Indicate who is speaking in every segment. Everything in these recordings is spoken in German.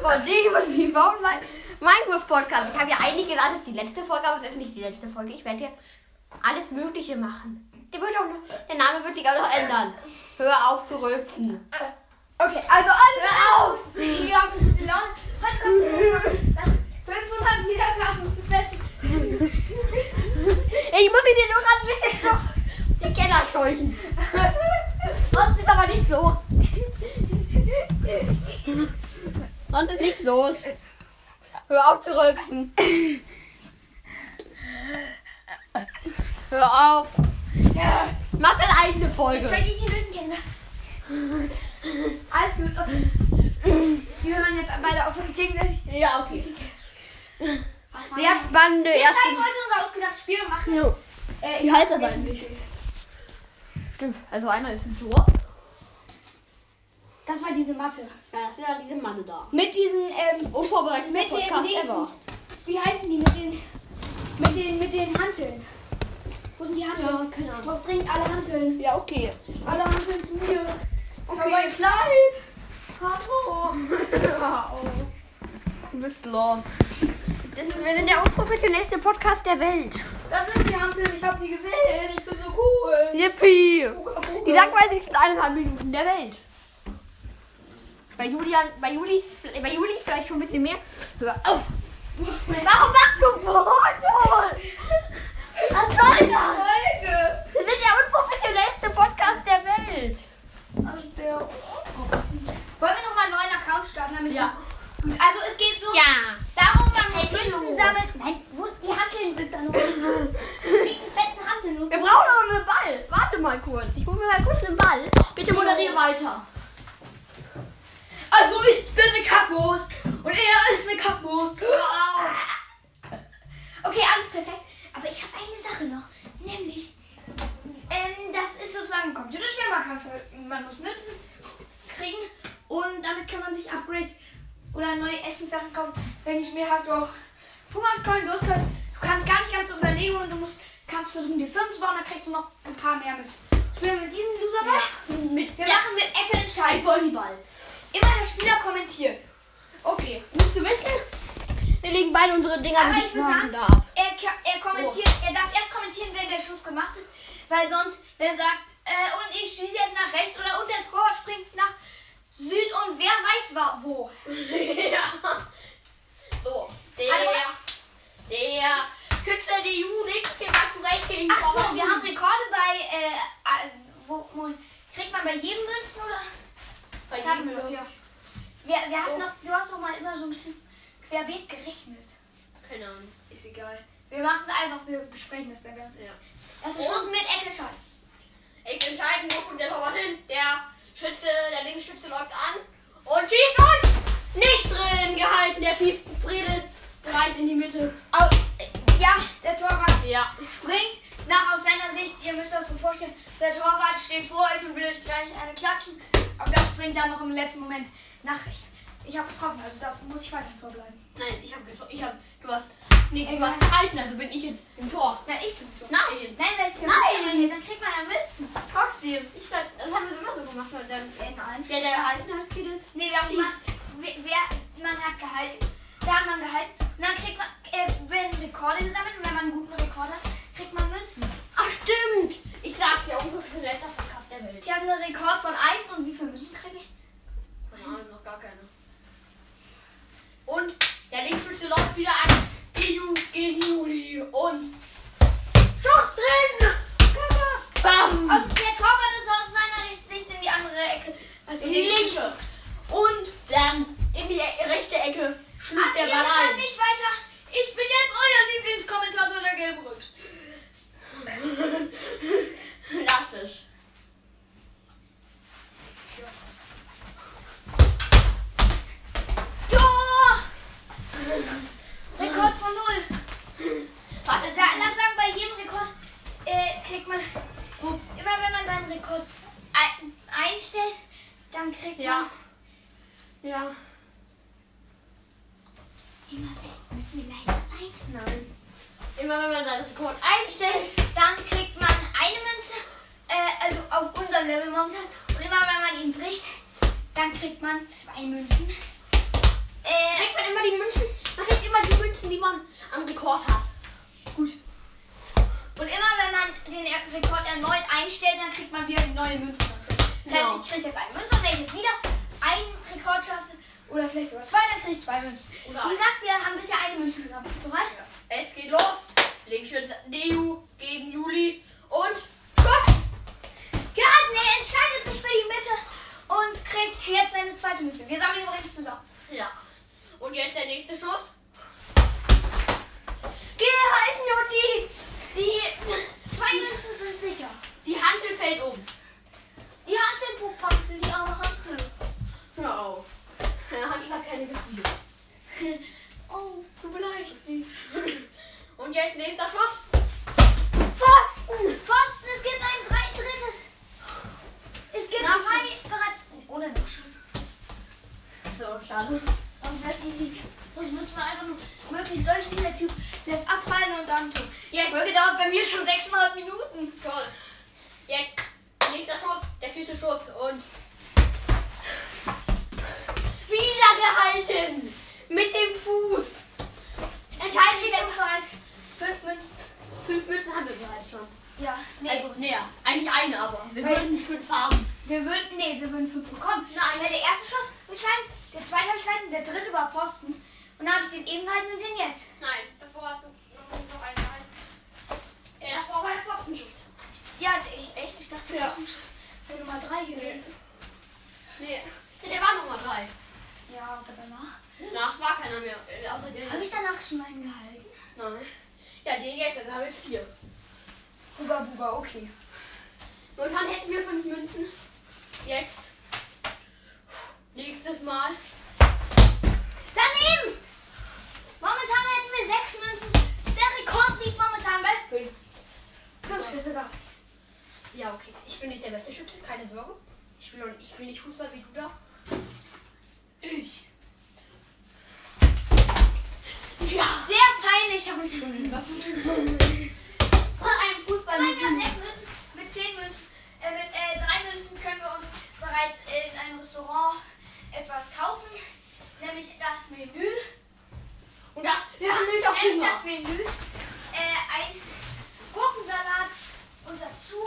Speaker 1: von Demon wie Baumlein. Minecraft Podcast. Ich habe ja einige gesagt, das ist die letzte Folge, aber es ist nicht die letzte Folge. Ich werde hier alles Mögliche machen. Der, wird auch noch, der Name wird sich auch noch ändern. Hör auf zu rülpsen.
Speaker 2: Okay, also alles
Speaker 1: Hör auf!
Speaker 2: Ich hab eine gute Laune. Heute kommt nach 500 Wiedergaben zu Flash.
Speaker 1: Ich muss ihn dir nur gerade ein bisschen stoppen. Den Keller scheuchen. Sonst ist aber nichts los. Sonst ist nichts los. Hör auf zu rülpsen. Hör auf. Mach deine eigene Folge.
Speaker 2: Freddy, hier drüben, Kinder. Alles gut. Okay. Wir hören jetzt beide auf das Ding. Wir
Speaker 1: Ja, okay. Sehr
Speaker 2: zeigen
Speaker 1: spannende erste.
Speaker 2: heute unser ausgedachtes Spiel und machen
Speaker 1: Jo.
Speaker 2: es. Äh,
Speaker 1: Wie heißt das
Speaker 2: nächsten
Speaker 1: eigentlich?
Speaker 2: Spiel.
Speaker 1: Stimmt. Also einer ist ein Tor.
Speaker 2: Das war diese Matte.
Speaker 1: Ja, das ist ja diese Mann da.
Speaker 2: Mit diesen, ähm,
Speaker 1: Unvorbereitet
Speaker 2: mit dem
Speaker 1: Podcast
Speaker 2: Dings.
Speaker 1: ever.
Speaker 2: Wie heißen die? Mit den, mit den, mit den Hanteln. Wo sind die Hanteln? keine Ahnung. Ich brauch dringend alle Hanteln.
Speaker 1: Ja, okay.
Speaker 2: Alle Hanteln zu mir. Okay. mein Kleid. Hallo.
Speaker 1: Du bist los. Das ist, wir sind der unprofessionellste Podcast der Welt.
Speaker 2: Das ist die Hantel. Ich hab sie gesehen. Ich bin so cool.
Speaker 1: Yippie! Die
Speaker 2: Die
Speaker 1: langweiligsten eineinhalb Minuten der Welt. Bei Julian, bei Juli, bei Juli vielleicht schon ein bisschen mehr. Hör auf! Warum machst du Fotos? Was soll das?
Speaker 2: Folge.
Speaker 1: Wir sind der unprofessionellste Podcast der Welt.
Speaker 2: Also der. Wollen wir nochmal einen neuen Account starten? Damit
Speaker 1: Ja.
Speaker 2: Sie... Gut, also es geht so
Speaker 1: Ja.
Speaker 2: darum, man muss
Speaker 1: Hey, Lulu.
Speaker 2: Münzen sammeln. Nein, wo, die Hanteln sind da noch. Die fetten Hanteln.
Speaker 1: Wir brauchen auch einen Ball. Warte mal kurz. Ich hole mir mal kurz einen Ball. Bitte moderiere weiter.
Speaker 3: Also ich bin eine Kackwurst und er ist eine Kackwurst.
Speaker 2: Okay, alles perfekt. Aber ich habe eine Sache noch. Nämlich, ähm, das ist sozusagen ein Computerspiel. Man, kann, für- man muss Münzen kriegen und damit kann man sich Upgrades oder neue Essenssachen kaufen. Wenn ich mir hast du auch Pumas Coin, Dos Coin. Du kannst gar nicht ganz so überlegen und du musst, kannst versuchen, die Firmen zu bauen. Dann kriegst du noch ein paar mehr mit. Spielen wir mit diesem Loser mal?
Speaker 1: Mit
Speaker 2: Wir machen mit Ecke
Speaker 1: ein
Speaker 2: entscheiden.
Speaker 1: Volleyball.
Speaker 2: Immer der Spieler kommentiert. Okay.
Speaker 1: Willst du wissen? Wir legen beide unsere Dinger
Speaker 2: Aber ich
Speaker 1: nicht
Speaker 2: würde sagen,
Speaker 1: da.
Speaker 2: er, ka- er kommentiert, er darf erst kommentieren, wenn der Schuss gemacht ist, weil sonst, wenn er sagt, äh, und ich schieße jetzt nach rechts oder und der Torwart springt nach Süd und wer weiß wa- wo.
Speaker 1: Ja. So, der,
Speaker 2: Hallo.
Speaker 1: der Schütze, der Judith, der war zu Recht gegen
Speaker 2: Ach so,
Speaker 1: Bauern.
Speaker 2: wir haben Rekorde bei, äh, äh, wo, Moment, kriegt man bei jedem Münzen oder?
Speaker 1: Bei
Speaker 2: Das hatten
Speaker 1: jedem,
Speaker 2: wir doch,
Speaker 1: ja.
Speaker 2: ja. Wir, wir hatten
Speaker 1: So.
Speaker 2: noch, du hast doch mal immer so ein bisschen querbeet gerechnet.
Speaker 1: Keine Ahnung.
Speaker 2: Ist egal. Wir machen es einfach, wir besprechen das dann während des-
Speaker 1: Ja.
Speaker 2: Erster Schuss mit Eckenschein.
Speaker 1: Ich entscheide, wo kommt der Torwart hin. Der Schütze, der linke Schütze läuft an und schießt und nicht drin gehalten. Der schießt Bredel breit in die Mitte.
Speaker 2: Au, äh, ja, der Torwart
Speaker 1: Ja.
Speaker 2: springt nach aus seiner Sicht, ihr müsst das so vorstellen, der Torwart steht vor euch und will euch gleich eine klatschen, aber das springt dann noch im letzten Moment nach rechts. Ich habe getroffen, also da muss ich weiter im Tor bleiben.
Speaker 1: Nein, ich habe getroffen. Ich hab, du hast, nee, du
Speaker 2: Egal.
Speaker 1: hast gehalten, also bin ich jetzt im Tor.
Speaker 2: Nein, ich bin im Tor.
Speaker 1: Nein.
Speaker 2: Nein, wer ist hier?
Speaker 1: Nein.
Speaker 2: Hier, dann kriegt man ja Münzen.
Speaker 1: Trotzdem. Ich, das haben wir immer so gemacht. Dann,
Speaker 2: Äh, nein.
Speaker 1: der, halt der gehalten hat, kriegt jetzt.
Speaker 2: Nee, wir haben gemacht, wer, wer, man hat gehalten, da hat man gehalten und dann kriegt man, äh, werden Rekorde gesammelt und wenn man einen guten Rekord hat, kriegt man Münzen.
Speaker 1: Ach stimmt! Ich sag's ja, unprofessionellster Podcast der Welt.
Speaker 2: Ich habe einen Rekord von 1 und wie viele Münzen kriege ich?
Speaker 1: Keine Ahnung, noch gar keine. Und der Linkschütze läuft wieder an. EU gegen Juli und Schuss drin!
Speaker 2: Kaka!
Speaker 1: Bam!
Speaker 2: Aus, der Torwart ist aus seiner rechten Sicht in die andere Ecke. Also
Speaker 1: in die linke. Und dann in die e rechte Ecke schlug
Speaker 2: Ab
Speaker 1: der Ball
Speaker 2: Ball
Speaker 1: ein.
Speaker 2: nicht halt weiter. Ich bin jetzt euer Lieblingskommentator der Gelbrübs.
Speaker 1: Klassisch.
Speaker 2: Tor! Rekord von null.
Speaker 1: Warte,
Speaker 2: Sa lass sagen, bei jedem Rekord äh, kriegt man, immer wenn man seinen Rekord ein einstellt, dann kriegt
Speaker 1: Ja.
Speaker 2: man
Speaker 1: Ja.
Speaker 2: immer, ey, müssen wir leiser sein?
Speaker 1: Nein. Immer wenn man seinen Rekord einstellt.
Speaker 2: Dann kriegt man eine Münze, äh, also auf unserem Level momentan. Und immer wenn man ihn bricht, dann kriegt man zwei Münzen. Äh, äh,
Speaker 1: Kriegt man immer die Münzen? Man kriegt immer die Münzen, die man am Rekord hat. Gut.
Speaker 2: und immer wenn man den er- Rekord erneut einstellt, dann kriegt man wieder die neue Münze dazu. Das heißt,
Speaker 1: Genau.
Speaker 2: ich kriege jetzt eine Münze und wenn ich jetzt wieder einen Rekord schaffe, oder vielleicht sogar zwei, dann kriege ich zwei Münzen.
Speaker 1: Oder
Speaker 2: Wie gesagt, wir haben bisher eine Münze gesammelt. Bereit?
Speaker 1: Es geht los. Linkschütze Neu gegen Juli. Und Gott!
Speaker 2: Gardner entscheidet sich für die Mitte und kriegt jetzt seine zweite Münze. Wir sammeln übrigens zusammen.
Speaker 1: Ja. Und jetzt der nächste Schuss. Gehalten und die, die,
Speaker 2: Zwei Münzen sind sicher.
Speaker 1: die Hantel fällt um.
Speaker 2: Die Hantelpupacken, die arme Hantel.
Speaker 1: Hör auf. Der Hantel hat keine Gefühle.
Speaker 2: Oh, du beleidigst sie.
Speaker 1: Und jetzt nächster Schuss.
Speaker 2: Pfosten! Pfosten, es gibt ein drei drittes. Es gibt
Speaker 1: Nachschuss.
Speaker 2: drei bereits. Ohne Nachschuss.
Speaker 1: So, schade.
Speaker 2: Sonst wäre easy. Sonst müssen wir einfach nur möglichst deutsch dieser Typ lässt abprallen und dann tun. Ja, die Folge dauert bei mir schon sechseinhalb Minuten.
Speaker 1: Toll. Jetzt nächster Schuss. Der vierte Schuss. Und wieder gehalten. Mit dem Fuß.
Speaker 2: Entscheidend ist jetzt bereits fünf Münzen.
Speaker 1: Fünf Münzen haben wir bereits schon.
Speaker 2: Ja, nee.
Speaker 1: Also näher. Eigentlich eine, aber wir würden fünf haben.
Speaker 2: Wir würden, nee, wir würden fünf bekommen. Nein, weil der erste Schuss habe ich gehalten, der zweite habe ich gehalten, der dritte war Posten. Und dann habe ich den eben gehalten und den jetzt.
Speaker 1: Nein, davor hast du noch, noch einen gehalten. Ja, das war aber der Pfostenschuss.
Speaker 2: Ja, ich, echt, ich dachte, der Schuss wäre Nummer drei gewesen.
Speaker 1: Nee. Ja, der war Nummer drei.
Speaker 2: Ja, aber danach.
Speaker 1: Nach war keiner mehr. äh, Außer den.
Speaker 2: Habe ich danach schon einen gehalten?
Speaker 1: Nein. Ja, den jetzt, also haben wir vier.
Speaker 2: Buba, buba, okay.
Speaker 1: Und dann hätten wir fünf Münzen. Jetzt. Nächstes Mal.
Speaker 2: Daneben! Momentan hätten wir sechs Münzen. Der Rekord liegt momentan bei
Speaker 1: Fünf.
Speaker 2: fünf Schüsse sogar.
Speaker 1: Ja, okay. Ich bin nicht der beste Schütze, keine Sorge. Ich bin, noch- ich bin nicht Fußball wie du da.
Speaker 2: Ja. Sehr peinlich habe ich schon was.
Speaker 1: Von einem Fußball
Speaker 2: Nein, wir haben
Speaker 1: wie
Speaker 2: sechs Münzen. Mit zehn Münzen, äh, mit äh, drei Münzen können wir uns bereits in einem Restaurant etwas kaufen. Nämlich das Menü.
Speaker 1: du. Und da, wir haben nicht auf
Speaker 2: Nämlich
Speaker 1: Lima.
Speaker 2: das Menü. Äh, ein Gurkensalat und dazu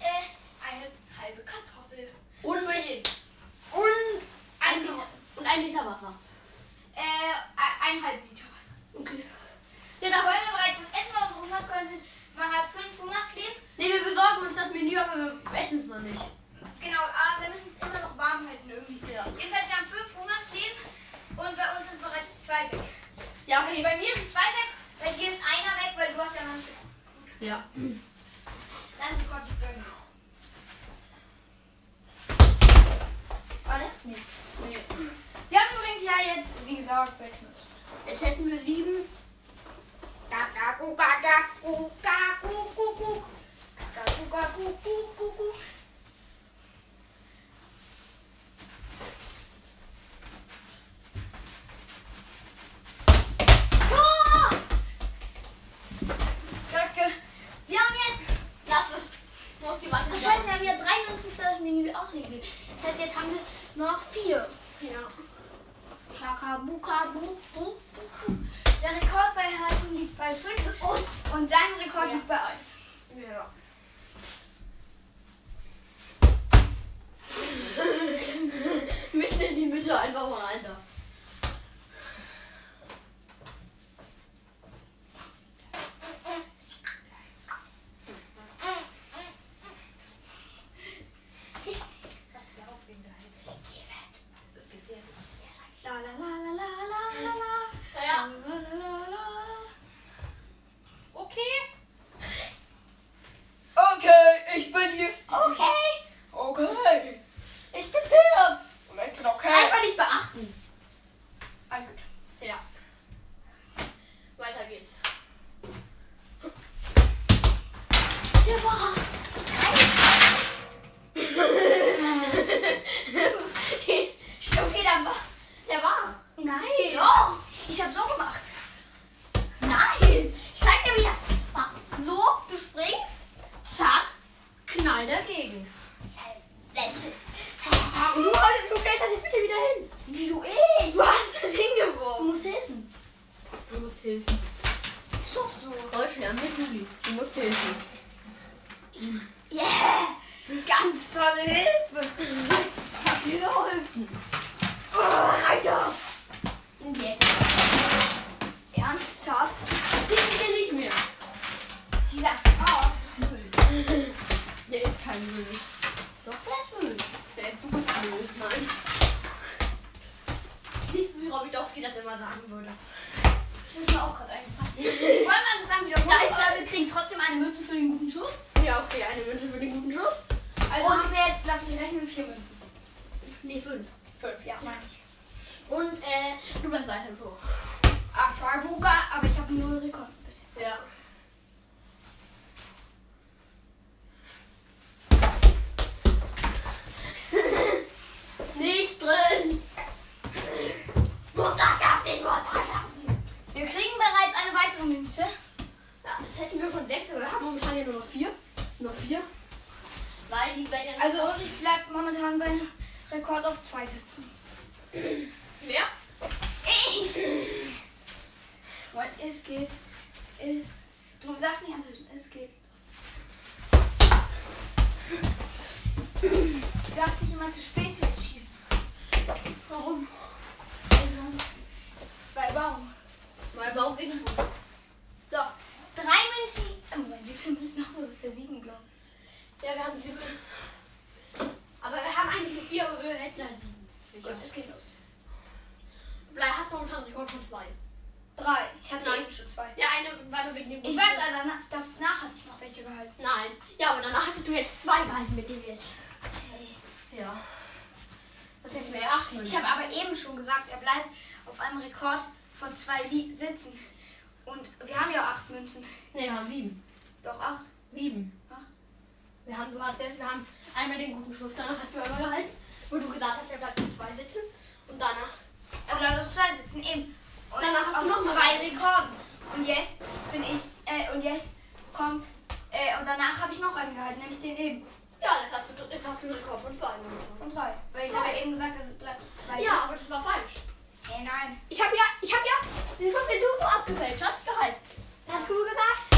Speaker 2: äh, eine halbe Kartoffel.
Speaker 1: Und für jeden.
Speaker 2: Und
Speaker 1: Ein
Speaker 2: ein
Speaker 1: Liter.
Speaker 2: Liter.
Speaker 1: Und ein Liter Wasser.
Speaker 2: Äh, ein, ein halben Liter Wasser.
Speaker 1: Okay.
Speaker 2: Ja, da wollen wir bereits was essen, weil unsere Hungerskeulen sind. Man hat fünf Hungersleben.
Speaker 1: Nee, wir besorgen uns das Menü, aber wir essen es noch nicht.
Speaker 2: Genau, aber wir müssen es immer noch warm halten irgendwie.
Speaker 1: Ja.
Speaker 2: Jedenfalls, wir haben fünf Hungersleben und bei uns sind bereits zwei weg.
Speaker 1: Ja,
Speaker 2: Also bei mir sind zwei weg, bei dir ist einer weg, weil du hast ja noch nicht
Speaker 1: Ja.
Speaker 2: seinen Rekord nicht gönnen. Warte? Nee. Wir haben übrigens ja jetzt, wie gesagt, sechs Minuten.
Speaker 1: Jetzt hätten wir sieben.
Speaker 2: Kakaku, kakaku, kaku, kuku. Kakaku, kaku, kuku, kuku. Tor! Kacke. Wir haben jetzt
Speaker 1: Das ist. Muss die Mathe
Speaker 2: Ach scheiße, wir haben ja drei Münzen für das Menü ausgegeben. Das heißt, jetzt haben wir nur noch vier.
Speaker 1: Ja.
Speaker 2: Schakabuka, bu, bu, bu. Der Rekord bei Herrn liegt bei fünf und, und sein Rekord
Speaker 1: Ja.
Speaker 2: liegt bei eins.
Speaker 1: Ja. Mitten in die Mitte einfach mal rein da.
Speaker 2: La, la, la, la, la, la, la, la.
Speaker 1: Naja,
Speaker 2: La, la, la, la, la.
Speaker 1: okay.
Speaker 3: Okay, ich bin hier.
Speaker 2: Okay,
Speaker 3: Okay.
Speaker 2: ich bin Pilot.
Speaker 3: Ich bin okay.
Speaker 1: Einfach nicht beachten.
Speaker 2: eh?
Speaker 1: tolle Hilfe. Hab dir geholfen.
Speaker 2: Oh, Alter! Jetzt. Oh, Ernsthaft? Sind wir nicht mehr. Dieser Korb ist Müll.
Speaker 1: Der ist kein Müll.
Speaker 2: Doch, der ist Müll.
Speaker 1: Der ist, du bist Müll. Nein. Nicht so wie Robidowski das immer sagen würde.
Speaker 2: Das ist mir auch gerade eingefallen. Wollen wir das sagen, wieder runter? Wir kriegen trotzdem eine Münze für den guten Schuss.
Speaker 1: Ja, okay, eine Münze für den guten Schuss.
Speaker 2: Also haben wir jetzt, lass mich rechnen, vier Münzen.
Speaker 1: Nee, fünf. Fünf, ja.
Speaker 2: Ja, meine ich.
Speaker 1: Und äh, du bist leider so.
Speaker 2: Ah, Freiburger, aber ich habe null Rekord bisher.
Speaker 1: Ja. Nicht drin!
Speaker 2: Muss das schaffen, ich muss das schaffen. Wir kriegen bereits eine weitere Münze.
Speaker 1: Ja, das hätten wir von sechs, aber wir haben momentan ja nur noch vier. Nur noch vier. Weil die werden
Speaker 2: Also und ich bleib momentan beim Rekord auf zwei sitzen.
Speaker 1: wer?
Speaker 2: Ich! What es geht. es- Du sagst nicht antischen, es geht los. Du darfst nicht immer zu spät schießen.
Speaker 1: Warum?
Speaker 2: Weil sonst. Bei Baum.
Speaker 1: Weil warum irgendwo?
Speaker 2: So. Drei Münzen. Oh Moment, wie viele Münzen haben wir? Bisher sieben, glaube ich.
Speaker 1: Ja, wir haben sieben. Aber wir haben eigentlich nur vier, aber wir hätten halt sieben.
Speaker 2: Gut, es geht los.
Speaker 1: Du hast momentan einen Rekord von zwei.
Speaker 2: Drei. Ich hatte
Speaker 1: Nein.
Speaker 2: eben schon zwei.
Speaker 1: Der eine war nur wegen dem.
Speaker 2: Ich weiß, aber danach, danach hatte ich noch welche gehalten.
Speaker 1: Nein. Ja, aber danach hattest du jetzt zwei gehalten mit dem jetzt.
Speaker 2: Hey.
Speaker 1: Ja. Das hätten wir ja acht
Speaker 2: Ich habe aber eben schon gesagt, er bleibt auf einem Rekord von zwei Li Sitzen. Und wir haben ja acht Münzen.
Speaker 1: Ne, wir haben sieben.
Speaker 2: Doch acht.
Speaker 1: Sieben.
Speaker 2: Acht.
Speaker 1: Wir haben, du hast jetzt, wir haben einmal den guten Schuss, danach hast du einmal gehalten, wo du gesagt hast, er bleibt auf zwei sitzen. Und danach.
Speaker 2: Er bleibt auf zwei Sitzen eben. Und
Speaker 1: Danach hast du
Speaker 2: auf
Speaker 1: noch mal
Speaker 2: zwei
Speaker 1: einen.
Speaker 2: Rekorden. Und jetzt bin ich, äh, und jetzt kommt, äh, und danach habe ich noch einen gehalten, nämlich den eben.
Speaker 1: Ja, jetzt hast du, jetzt hast du einen Rekord von zwei.
Speaker 2: Von drei. Weil ich
Speaker 1: Drei.
Speaker 2: habe eben gesagt, dass es bleibt auf zwei
Speaker 1: Ja,
Speaker 2: Sitzen.
Speaker 1: aber das war falsch.
Speaker 2: Hey, nein.
Speaker 1: Ich habe ja, ich habe ja den Schuss, den du so abgefälscht hast, gehalten. Hast du gesagt,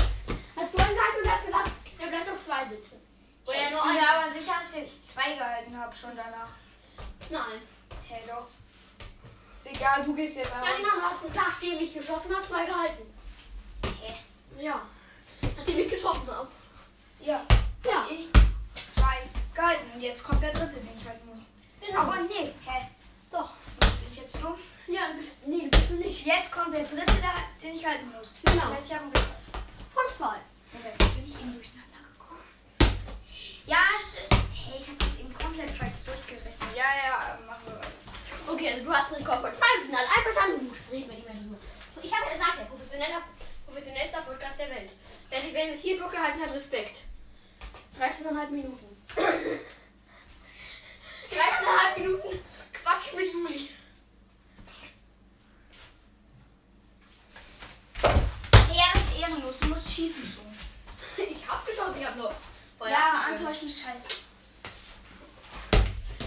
Speaker 1: hast du einen gehalten und hast gesagt, er bleibt auf zwei sitzen. Wo er
Speaker 2: ich
Speaker 1: nur
Speaker 2: bin
Speaker 1: einen-
Speaker 2: mir aber sicher, dass ich zwei gehalten habe schon danach.
Speaker 1: Nein.
Speaker 2: Hey, doch. Ist egal, du gehst jetzt aber.
Speaker 1: Ja, genau, du hast nachdem ich geschossen habe, zwei gehalten.
Speaker 2: Hä?
Speaker 1: Ja. Nachdem ich geschossen habe.
Speaker 2: Ja.
Speaker 1: Ja.
Speaker 2: Ich zwei gehalten und jetzt kommt der dritte, den ich halten muss.
Speaker 1: Genau.
Speaker 2: Aber nee, hä?
Speaker 1: Doch.
Speaker 2: Bin ich jetzt dumm?
Speaker 1: Ja, du bist, nee, du bist du nicht.
Speaker 2: Jetzt kommt der dritte, der- den ich halten muss.
Speaker 1: Genau.
Speaker 2: Das heißt, ich habe einen Glück.
Speaker 1: Von zwei.
Speaker 2: Moment, bin ich eben durcheinander gekommen? Ja, st- hey, ich habe das eben komplett falsch durchgerechnet. Ja, ja, machen wir weiter.
Speaker 1: Okay, also du hast einen Rekord von zwei, wir sind alle einverstanden. Gut, reden wir nicht mehr drüber. Ich habe gesagt, der professioneller, professionellster Podcast der Welt. Wer, sich- wer es hier durchgehalten hat, Respekt. 13,5 Minuten. 13,5 Minuten Quatsch mit Juli.
Speaker 2: Hey, ja, das ist ehrenlos. Du musst schießen schon.
Speaker 1: Ich hab geschaut, ich hab nur. Feuer.
Speaker 2: Ja, antäuschend scheiße.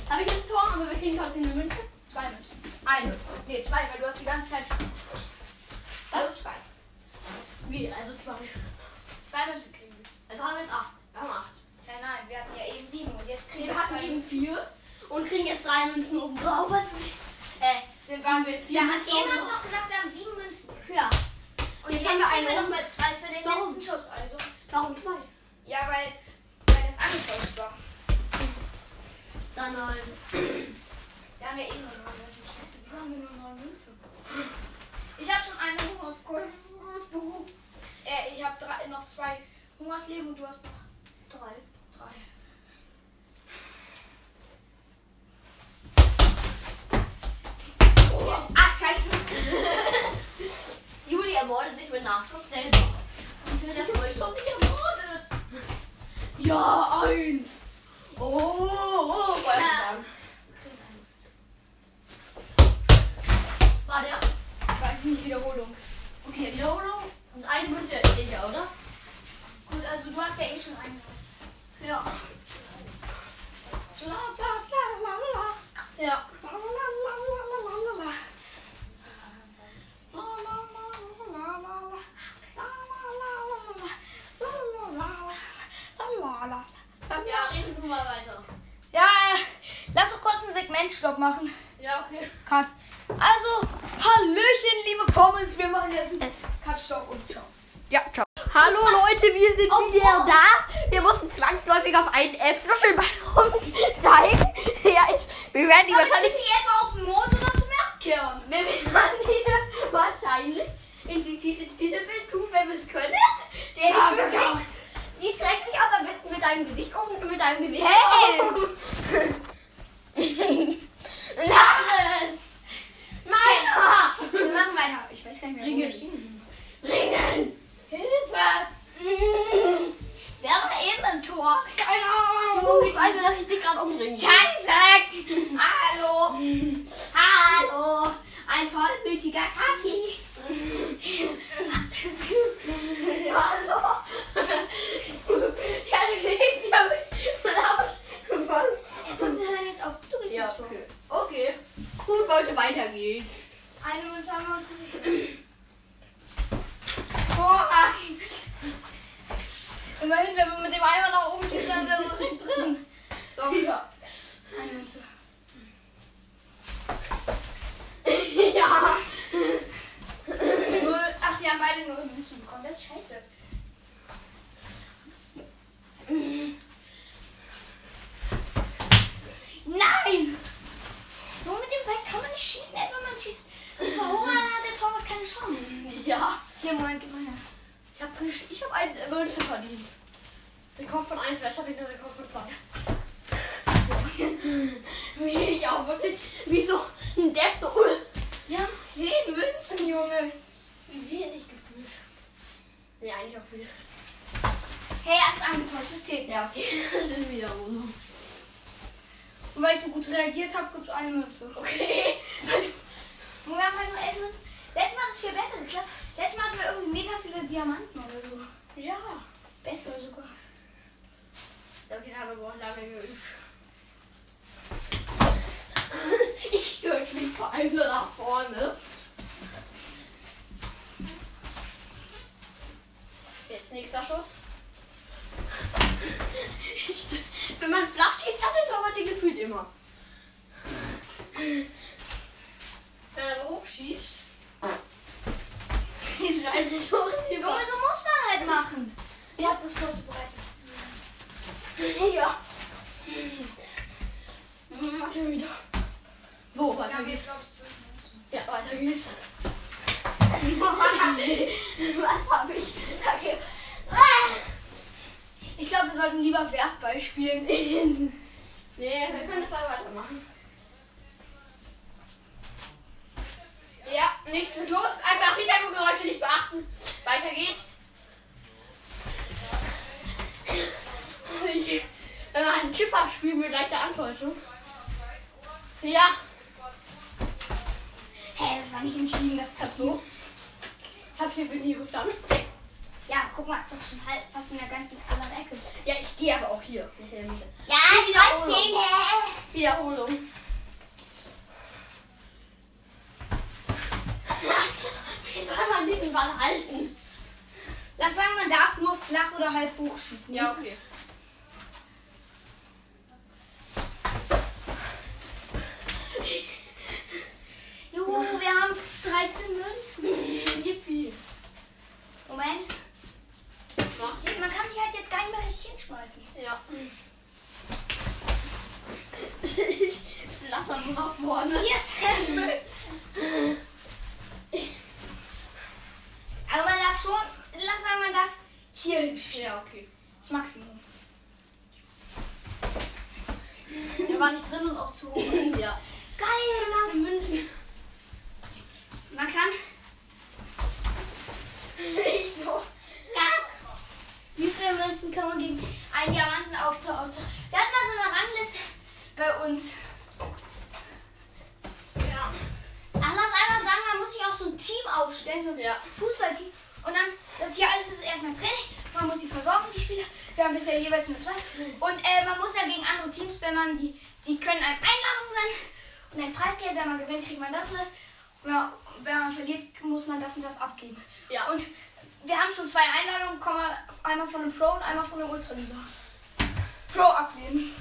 Speaker 1: Habe ich jetzt Tor, aber wir kriegen trotzdem eine Münze.
Speaker 2: Zwei Münzen.
Speaker 1: Eine.
Speaker 2: Nee, zwei, weil du hast die ganze Zeit schon.
Speaker 1: Was? Zwei. Wie? Also zwei.
Speaker 2: Zwei Münzen kriegen wir.
Speaker 1: Also haben wir jetzt acht. Wir haben acht.
Speaker 2: Ja, nein, wir hatten ja eben sieben und jetzt kriegen
Speaker 1: Wir
Speaker 2: wir
Speaker 1: hatten
Speaker 2: zwei
Speaker 1: eben vier und kriegen jetzt drei Münzen oben drauf. Was? Äh,
Speaker 2: Sind waren wir vier.
Speaker 1: Ja,
Speaker 2: Wir haben
Speaker 1: hast du
Speaker 2: eben
Speaker 1: auch
Speaker 2: hast du
Speaker 1: noch.
Speaker 2: noch gesagt, wir haben sieben Münzen.
Speaker 1: ja.
Speaker 2: Und
Speaker 1: Jetzt
Speaker 2: jetzt,
Speaker 1: haben wir
Speaker 2: kriegen wir
Speaker 1: eine.
Speaker 2: nochmal zwei für den
Speaker 1: Warum?
Speaker 2: letzten Schuss. Also.
Speaker 1: Warum zwei?
Speaker 2: Ja, weil, weil das angetäuscht war.
Speaker 1: Dann halt- neun.
Speaker 2: Wir haben ja eh nur neun Münzen. Scheiße, wieso haben wir nur neun Münzen? Ich habe schon eine Hungerskugel. Äh, ich habe drei, noch zwei Hungersleben und du hast noch
Speaker 1: Drei.
Speaker 2: drei. Ah, scheiße.
Speaker 1: Juli ermordet sich mit Nachschuss selber. Und wer das euch schon nicht ermordet. Ja, eins. Oh, oh, Feuer
Speaker 2: Ja.
Speaker 1: gefangen. War der?
Speaker 2: Weiß nicht, Wiederholung.
Speaker 1: Okay, Wiederholung. Und eine Münze ist sicher, oder?
Speaker 2: Gut, also du hast ja eh schon eine.
Speaker 1: Ja.
Speaker 2: Endstopp machen.
Speaker 3: Ja, okay.
Speaker 2: Cut.
Speaker 3: Also, Hallöchen, liebe Pommes. Wir machen jetzt einen Cut-Stopp und ciao.
Speaker 1: Ja, ciao. Hallo Leute, wir sind
Speaker 2: Oh,
Speaker 1: wieder
Speaker 2: wow.
Speaker 1: da. Wir mussten zwangsläufig auf einen äh, Fluschelballon steigen. Ja, ist, wir werden die
Speaker 2: Aber ich
Speaker 1: wahrscheinlich,
Speaker 2: schieße die etwa auf den Mond oder zum Erdkern.
Speaker 1: wir werden die wahrscheinlich in die Titel- ins Titelbild tun, wenn wir es können. Der
Speaker 2: Ja,
Speaker 1: ist wirklich,
Speaker 2: genau.
Speaker 1: die schreckt sich auch am besten mit deinem Gewicht um, mit deinem Gewicht
Speaker 2: Hey!
Speaker 1: um. Nein! Nein!
Speaker 2: Wir machen weiter. Ich weiß gar nicht mehr, wo wir stehen.
Speaker 1: Ringen!
Speaker 2: Hilfe! Wer war eben im Tor?
Speaker 1: Keine Ahnung! Oh, Ich weiß nicht, dass ich dich gerade umbringe.
Speaker 2: Scheiße! Hallo! Hallo! Ein tollmütiger Kaki!
Speaker 1: Hallo! Herr Kling, Sie haben mich flach gemacht.
Speaker 2: Und wir hören jetzt auf. Du gehst
Speaker 1: Ja,
Speaker 2: jetzt schon.
Speaker 1: okay. Okay. Gut, wollte weitergehen.
Speaker 2: Eine Münze haben wir uns gesehen. Boah! Immerhin, wenn wir mit dem Eimer nach oben schießen, dann ist er so direkt drin. So,
Speaker 1: Ja.
Speaker 2: eine Münze.
Speaker 1: Ja.
Speaker 2: Null. Ach, wir haben beide nur Münzen bekommen. Das ist scheiße. Nein! Nur mit dem Ball kann man nicht schießen, etwa man schießt. Warum hat der Torwart keine Chance?
Speaker 1: Ja.
Speaker 2: Hier, Moment, gib mal her.
Speaker 1: Ich habe ich hab einen Münze verdient. Rekord von einem, vielleicht habe ich nur Rekord von zwei. Wie ich auch wirklich, wie so ein Depp, so, uh,
Speaker 2: Wir haben zehn Münzen, Junge.
Speaker 1: wie wenig gefühlt. Nee, eigentlich auch viel.
Speaker 2: Hey, er ist angetäuscht, das zählt ja.
Speaker 1: Das ist wieder so.
Speaker 2: Und weil ich so gut reagiert habe, gibt es eine Münze.
Speaker 1: Okay.
Speaker 2: Und wir haben halt nur elf Münzen. Letztes Mal hat es viel besser geklappt. Letztes Mal hatten wir irgendwie mega viele Diamanten oder so.
Speaker 1: Ja.
Speaker 2: Besser sogar.
Speaker 1: Okay, haben wir auch lange geübt. Ich stürze mich vor allem so nach vorne. Jetzt nächster Schuss. Ich, wenn man flach schießt, hat der Torwart den gefühlt immer. Wenn er aber hochschießt, die scheiße Tore
Speaker 2: Junge, so muss man halt machen.
Speaker 1: Ich hab das vorzubereitet. Ja. Hm, Warte wieder. So, weiter geht's.
Speaker 2: glaube ich zwölf Münzen.
Speaker 1: Ja, weiter geht's. Was hab ich? Okay.
Speaker 2: Ich glaube, wir sollten lieber Werfball spielen.
Speaker 1: Nee, wir können das aber weitermachen. Ja, nichts ist los. Einfach Hintergrundgeräusche nicht beachten. Weiter geht's. Ich- Wenn man einen Chip abspielen mit leichter Antäuschung. Ja,
Speaker 2: Hä, das war nicht entschieden, das
Speaker 1: ich hab so. Ich hab hier bin hier gestanden.
Speaker 2: Ja, guck mal, ist doch schon halb fast in der ganzen anderen Ecke.
Speaker 1: Ja, ich stehe aber auch hier. Nicht in der Mitte.
Speaker 2: Ja,
Speaker 1: trotzdem,
Speaker 2: hä?
Speaker 1: Wiederholung. Wie soll man diesen Ball halten?
Speaker 2: Lass sagen, man darf nur flach oder halb hoch schießen.
Speaker 1: Ja, okay.
Speaker 2: Juhu, wir haben 13 Münzen.
Speaker 1: Yippie.
Speaker 2: Moment. Man kann sich halt jetzt gar nicht mehr richtig hinschmeißen.
Speaker 1: Ja. Ich lass mal so nach vorne.
Speaker 2: Jetzt Münzen. Aber man darf schon, lass sagen, man darf hier hinschießen.
Speaker 1: Ja, okay.
Speaker 2: Das Maximum. Der war nicht drin und auch zu hoch.
Speaker 1: Ja.
Speaker 2: Geil, Mann.
Speaker 1: Münzen.
Speaker 2: Man kann.
Speaker 1: Ich noch.
Speaker 2: Gack. Wie viele Münzen kann man gegen einen Diamanten austauschen? Wir hatten mal so eine Rangliste bei uns.
Speaker 1: Ja.
Speaker 2: Ach, lass einfach sagen, man muss sich auch so ein Team aufstellen, so ein
Speaker 1: Ja.
Speaker 2: Fußballteam. Und dann, das hier alles ist erstmal Training. Man muss die versorgen, die Spieler. Wir haben bisher jeweils nur zwei. Und äh, man muss ja gegen andere Teams, wenn man die, die können einen einladen und dann, und ein Preisgeld, wenn man gewinnt, kriegt man das und das. Ja, wenn man verliert, muss man das und das abgeben.
Speaker 1: Ja.
Speaker 2: Und wir haben schon zwei Einladungen, kommen einmal von einem Pro und einmal von einem Ultraliga. Pro ablehnen.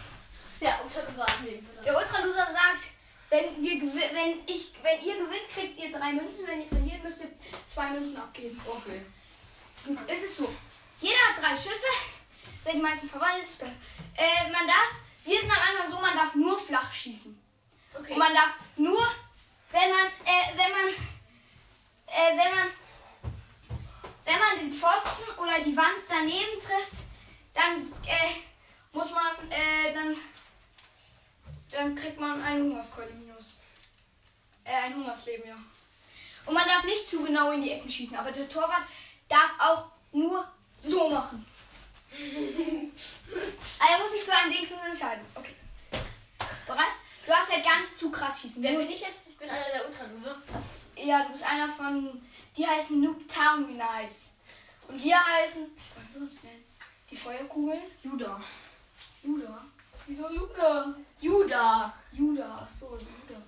Speaker 1: Der Ultraluser nehmen wir
Speaker 2: Der Ultraluser sagt, wenn, wir gewi- wenn, ich, wenn ihr gewinnt, kriegt ihr drei Münzen. Wenn ihr verliert, müsst ihr zwei Münzen abgeben.
Speaker 3: Okay.
Speaker 2: Es ist so. Jeder hat drei Schüsse. Wer die meisten verwandelt, ist be- äh, Man darf, wir sind am Anfang so, man darf nur flach schießen.
Speaker 1: Okay.
Speaker 2: Und man darf nur, wenn man, äh, wenn man, äh, wenn man, wenn man den Pfosten oder die Wand daneben trifft, dann äh, muss man, äh, dann, dann kriegt man eine Hungerskeule minus. Äh, ein Hungersleben, ja. Und man darf nicht zu genau in die Ecken schießen, aber der Torwart darf auch nur so machen. also er muss sich für einen Dingsens entscheiden. Okay. Bereit? Du hast halt gar nicht zu krass schießen. Wenn du nicht jetzt.
Speaker 1: Ich bin einer der Ultraluser.
Speaker 2: Ja, du bist einer von. Die heißen Noob Town Knights. Und wir heißen. Wollen wir uns nennen? Die Feuerkugeln?
Speaker 1: Juda.
Speaker 2: Juda. Wieso Luda?
Speaker 1: Juda.
Speaker 2: Juda. Achso, Juda.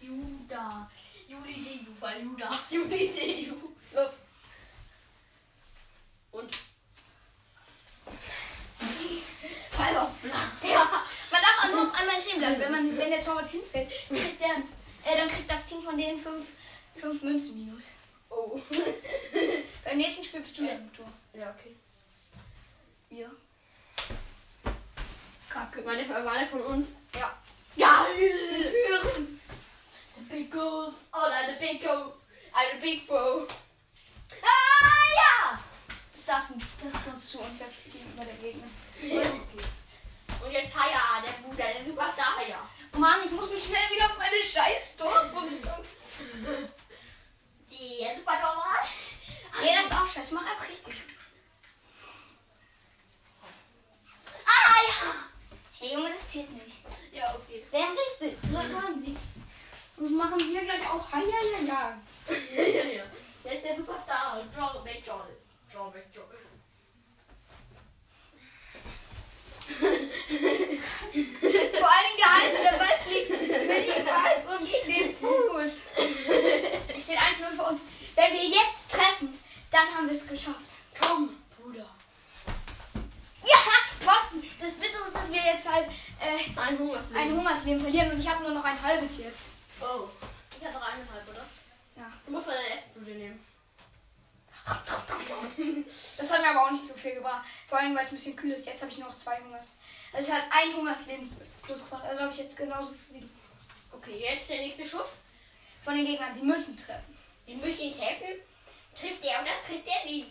Speaker 1: Juda. Juli Seju, weil Juda. Juli Seju.
Speaker 2: Los.
Speaker 1: Und. Fall auf Flach.
Speaker 2: Ja, man darf auch nur einmal stehen bleiben. Wenn, man, wenn der Torwart hinfällt, kriegt der, äh, dann kriegt das Team von denen fünf, fünf Münzen minus.
Speaker 1: Oh.
Speaker 2: Beim nächsten Spiel bist du dann im Tor.
Speaker 1: ja, okay.
Speaker 2: Wir.
Speaker 1: Kacke. War der, war der von uns?
Speaker 2: Ja.
Speaker 1: Ja. The big goose. Oh nein, the big go. I'm the big bro. Ah,
Speaker 2: Das darfst du nicht. Das ist sonst zu unfair gegenüber der Gegner.
Speaker 1: ja. Und jetzt Haya, der Bruder, der Superstar Haya.
Speaker 2: Mann, ich muss mich schnell wieder auf meine scheiß Torposition.
Speaker 1: Der Supertorwart.
Speaker 2: Nee, das ist auch scheiße. Mach einfach richtig.
Speaker 1: Ah, ja.
Speaker 2: Hey Junge, das zählt nicht.
Speaker 1: Ja, okay.
Speaker 2: Wer richtig? Sag mal nicht. Sonst machen wir gleich auch hi, ja, ja, ja.
Speaker 1: ja, ja, ja. Jetzt der Superstar, John McJoll. John McJoll.
Speaker 2: Vor allem gehalten, der Ball fliegt über die Faust und gegen den Fuß. Es steht 1-0 für uns. Wenn wir jetzt treffen, dann haben wir es geschafft.
Speaker 1: Komm, Bruder.
Speaker 2: Ja, Pfosten. Das Bittere ist, dass wir jetzt halt äh,
Speaker 1: Ein Hunger.
Speaker 2: ein Hungersleben verlieren und ich habe nur noch ein halbes jetzt.
Speaker 1: Oh. Ich habe noch eineinhalb, oder?
Speaker 2: Ja.
Speaker 1: Du musst mal dein Essen zu dir nehmen.
Speaker 2: Das hat mir aber auch nicht so viel gebracht. Vor allem, weil es ein bisschen kühl ist. Jetzt habe ich nur noch zwei Hungers. Also ich habe ein Hungersleben plus gemacht. Also habe ich jetzt genauso viel wie du.
Speaker 1: Okay, jetzt der nächste Schuss.
Speaker 2: Von den Gegnern, die müssen treffen.
Speaker 1: Die müssen ihn helfen. Trifft der und das trifft der nicht.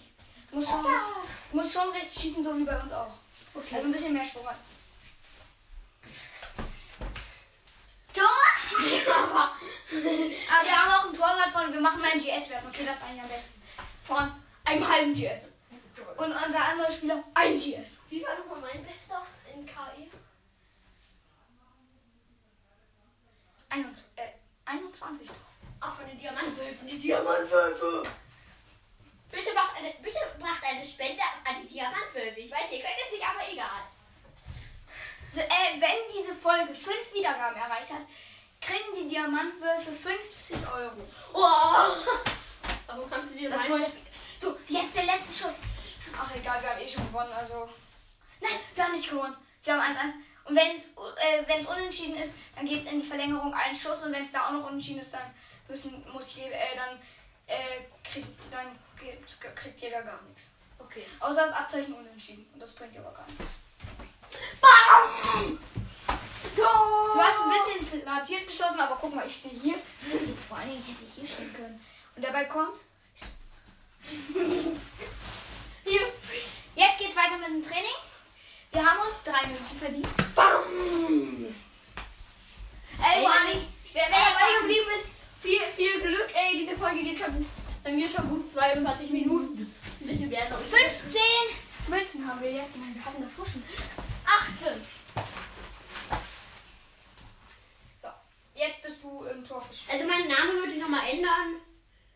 Speaker 2: Du musst schon, richtig- du musst schon recht schießen, so wie bei uns auch.
Speaker 1: Okay.
Speaker 2: Also ein bisschen mehr Sprung.
Speaker 1: Mama.
Speaker 2: Aber wir haben auch einen Torwart von, wir machen einen GS-Wert. Okay, das ist eigentlich am besten. Von einem halben GS. Und unser anderer Spieler, ein GS.
Speaker 1: Wie war nochmal mein Bester in E? KI?
Speaker 2: 21. Äh, 21.
Speaker 1: Ach, von den Diamantwölfen, die Diamantwölfe! Bitte macht eine, bitte macht eine Spende an die Diamantwölfe. Ich weiß, ihr könnt es nicht, aber egal.
Speaker 2: So, äh, wenn diese Folge 5 Wiedergaben erreicht hat, kriegen die Diamantwürfe 50 Euro.
Speaker 1: Wow! Aber kannst du dir
Speaker 2: Das
Speaker 1: das
Speaker 2: neue Spiel. So, jetzt der letzte Schuss. Ach egal, wir haben eh schon gewonnen, also. Nein, wir haben nicht gewonnen. Wir haben 1-1. Und wenn es äh, wenn's unentschieden ist, dann geht es in die Verlängerung ein Schuss. Und wenn es da auch noch unentschieden ist, dann müssen, muss jeder, äh, dann, äh, kriegt, dann gibt, kriegt jeder gar nichts.
Speaker 1: Okay.
Speaker 2: Außer das Abzeichen unentschieden. Und das bringt aber gar nichts.
Speaker 1: BAM!
Speaker 2: Du hast ein bisschen platziert geschossen, aber guck mal, ich stehe hier. Vor allen Dingen hätte ich hier stehen können. Und dabei kommt.
Speaker 1: Hier!
Speaker 2: Jetzt geht's weiter mit dem Training. Wir haben uns drei Münzen verdient.
Speaker 1: BAM!
Speaker 2: Ey, Manni,
Speaker 1: Wer, wer dabei geblieben ist, viel, viel Glück.
Speaker 2: ey, diese Folge geht schon gut.
Speaker 1: Bei mir schon gut 42 Minuten. Ein bisschen mehr noch.
Speaker 2: 15 Münzen haben wir jetzt. Nein, wir hatten davor schon.
Speaker 1: 18.
Speaker 2: So, jetzt bist du im Tor für
Speaker 1: Also meinen Namen würde ich nochmal ändern.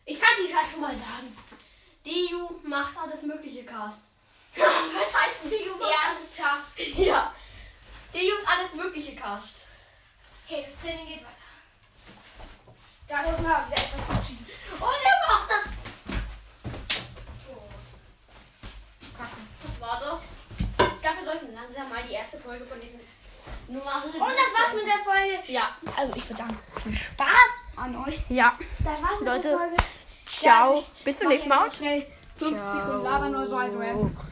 Speaker 1: Ich kann es halt schon mal sagen. Deu macht alles mögliche Cast. Was heißt denn Deu macht
Speaker 2: Ernsthaft.
Speaker 1: alles? Ja. Deu ist alles mögliche Cast.
Speaker 2: Hey, das Training geht weiter. Da dürfen wir aber etwas verschießen.
Speaker 1: Und er macht das.
Speaker 2: Kacken.
Speaker 1: Was war das? Dafür sollten
Speaker 2: langsam mal die erste Folge von diesem.
Speaker 1: Nummer
Speaker 2: Und das war's mit der Folge.
Speaker 1: Ja.
Speaker 2: Also ich würde sagen, viel Spaß an euch.
Speaker 1: Ja.
Speaker 2: Das war's mit
Speaker 1: Leute,
Speaker 2: der Folge. also
Speaker 1: Ciao.
Speaker 2: ich
Speaker 1: Bis zum
Speaker 2: mach
Speaker 1: nächsten
Speaker 2: jetzt
Speaker 1: Mal.
Speaker 2: noch Schnell 5 Sekunden labern oder so. Also, ja.
Speaker 1: Ciao.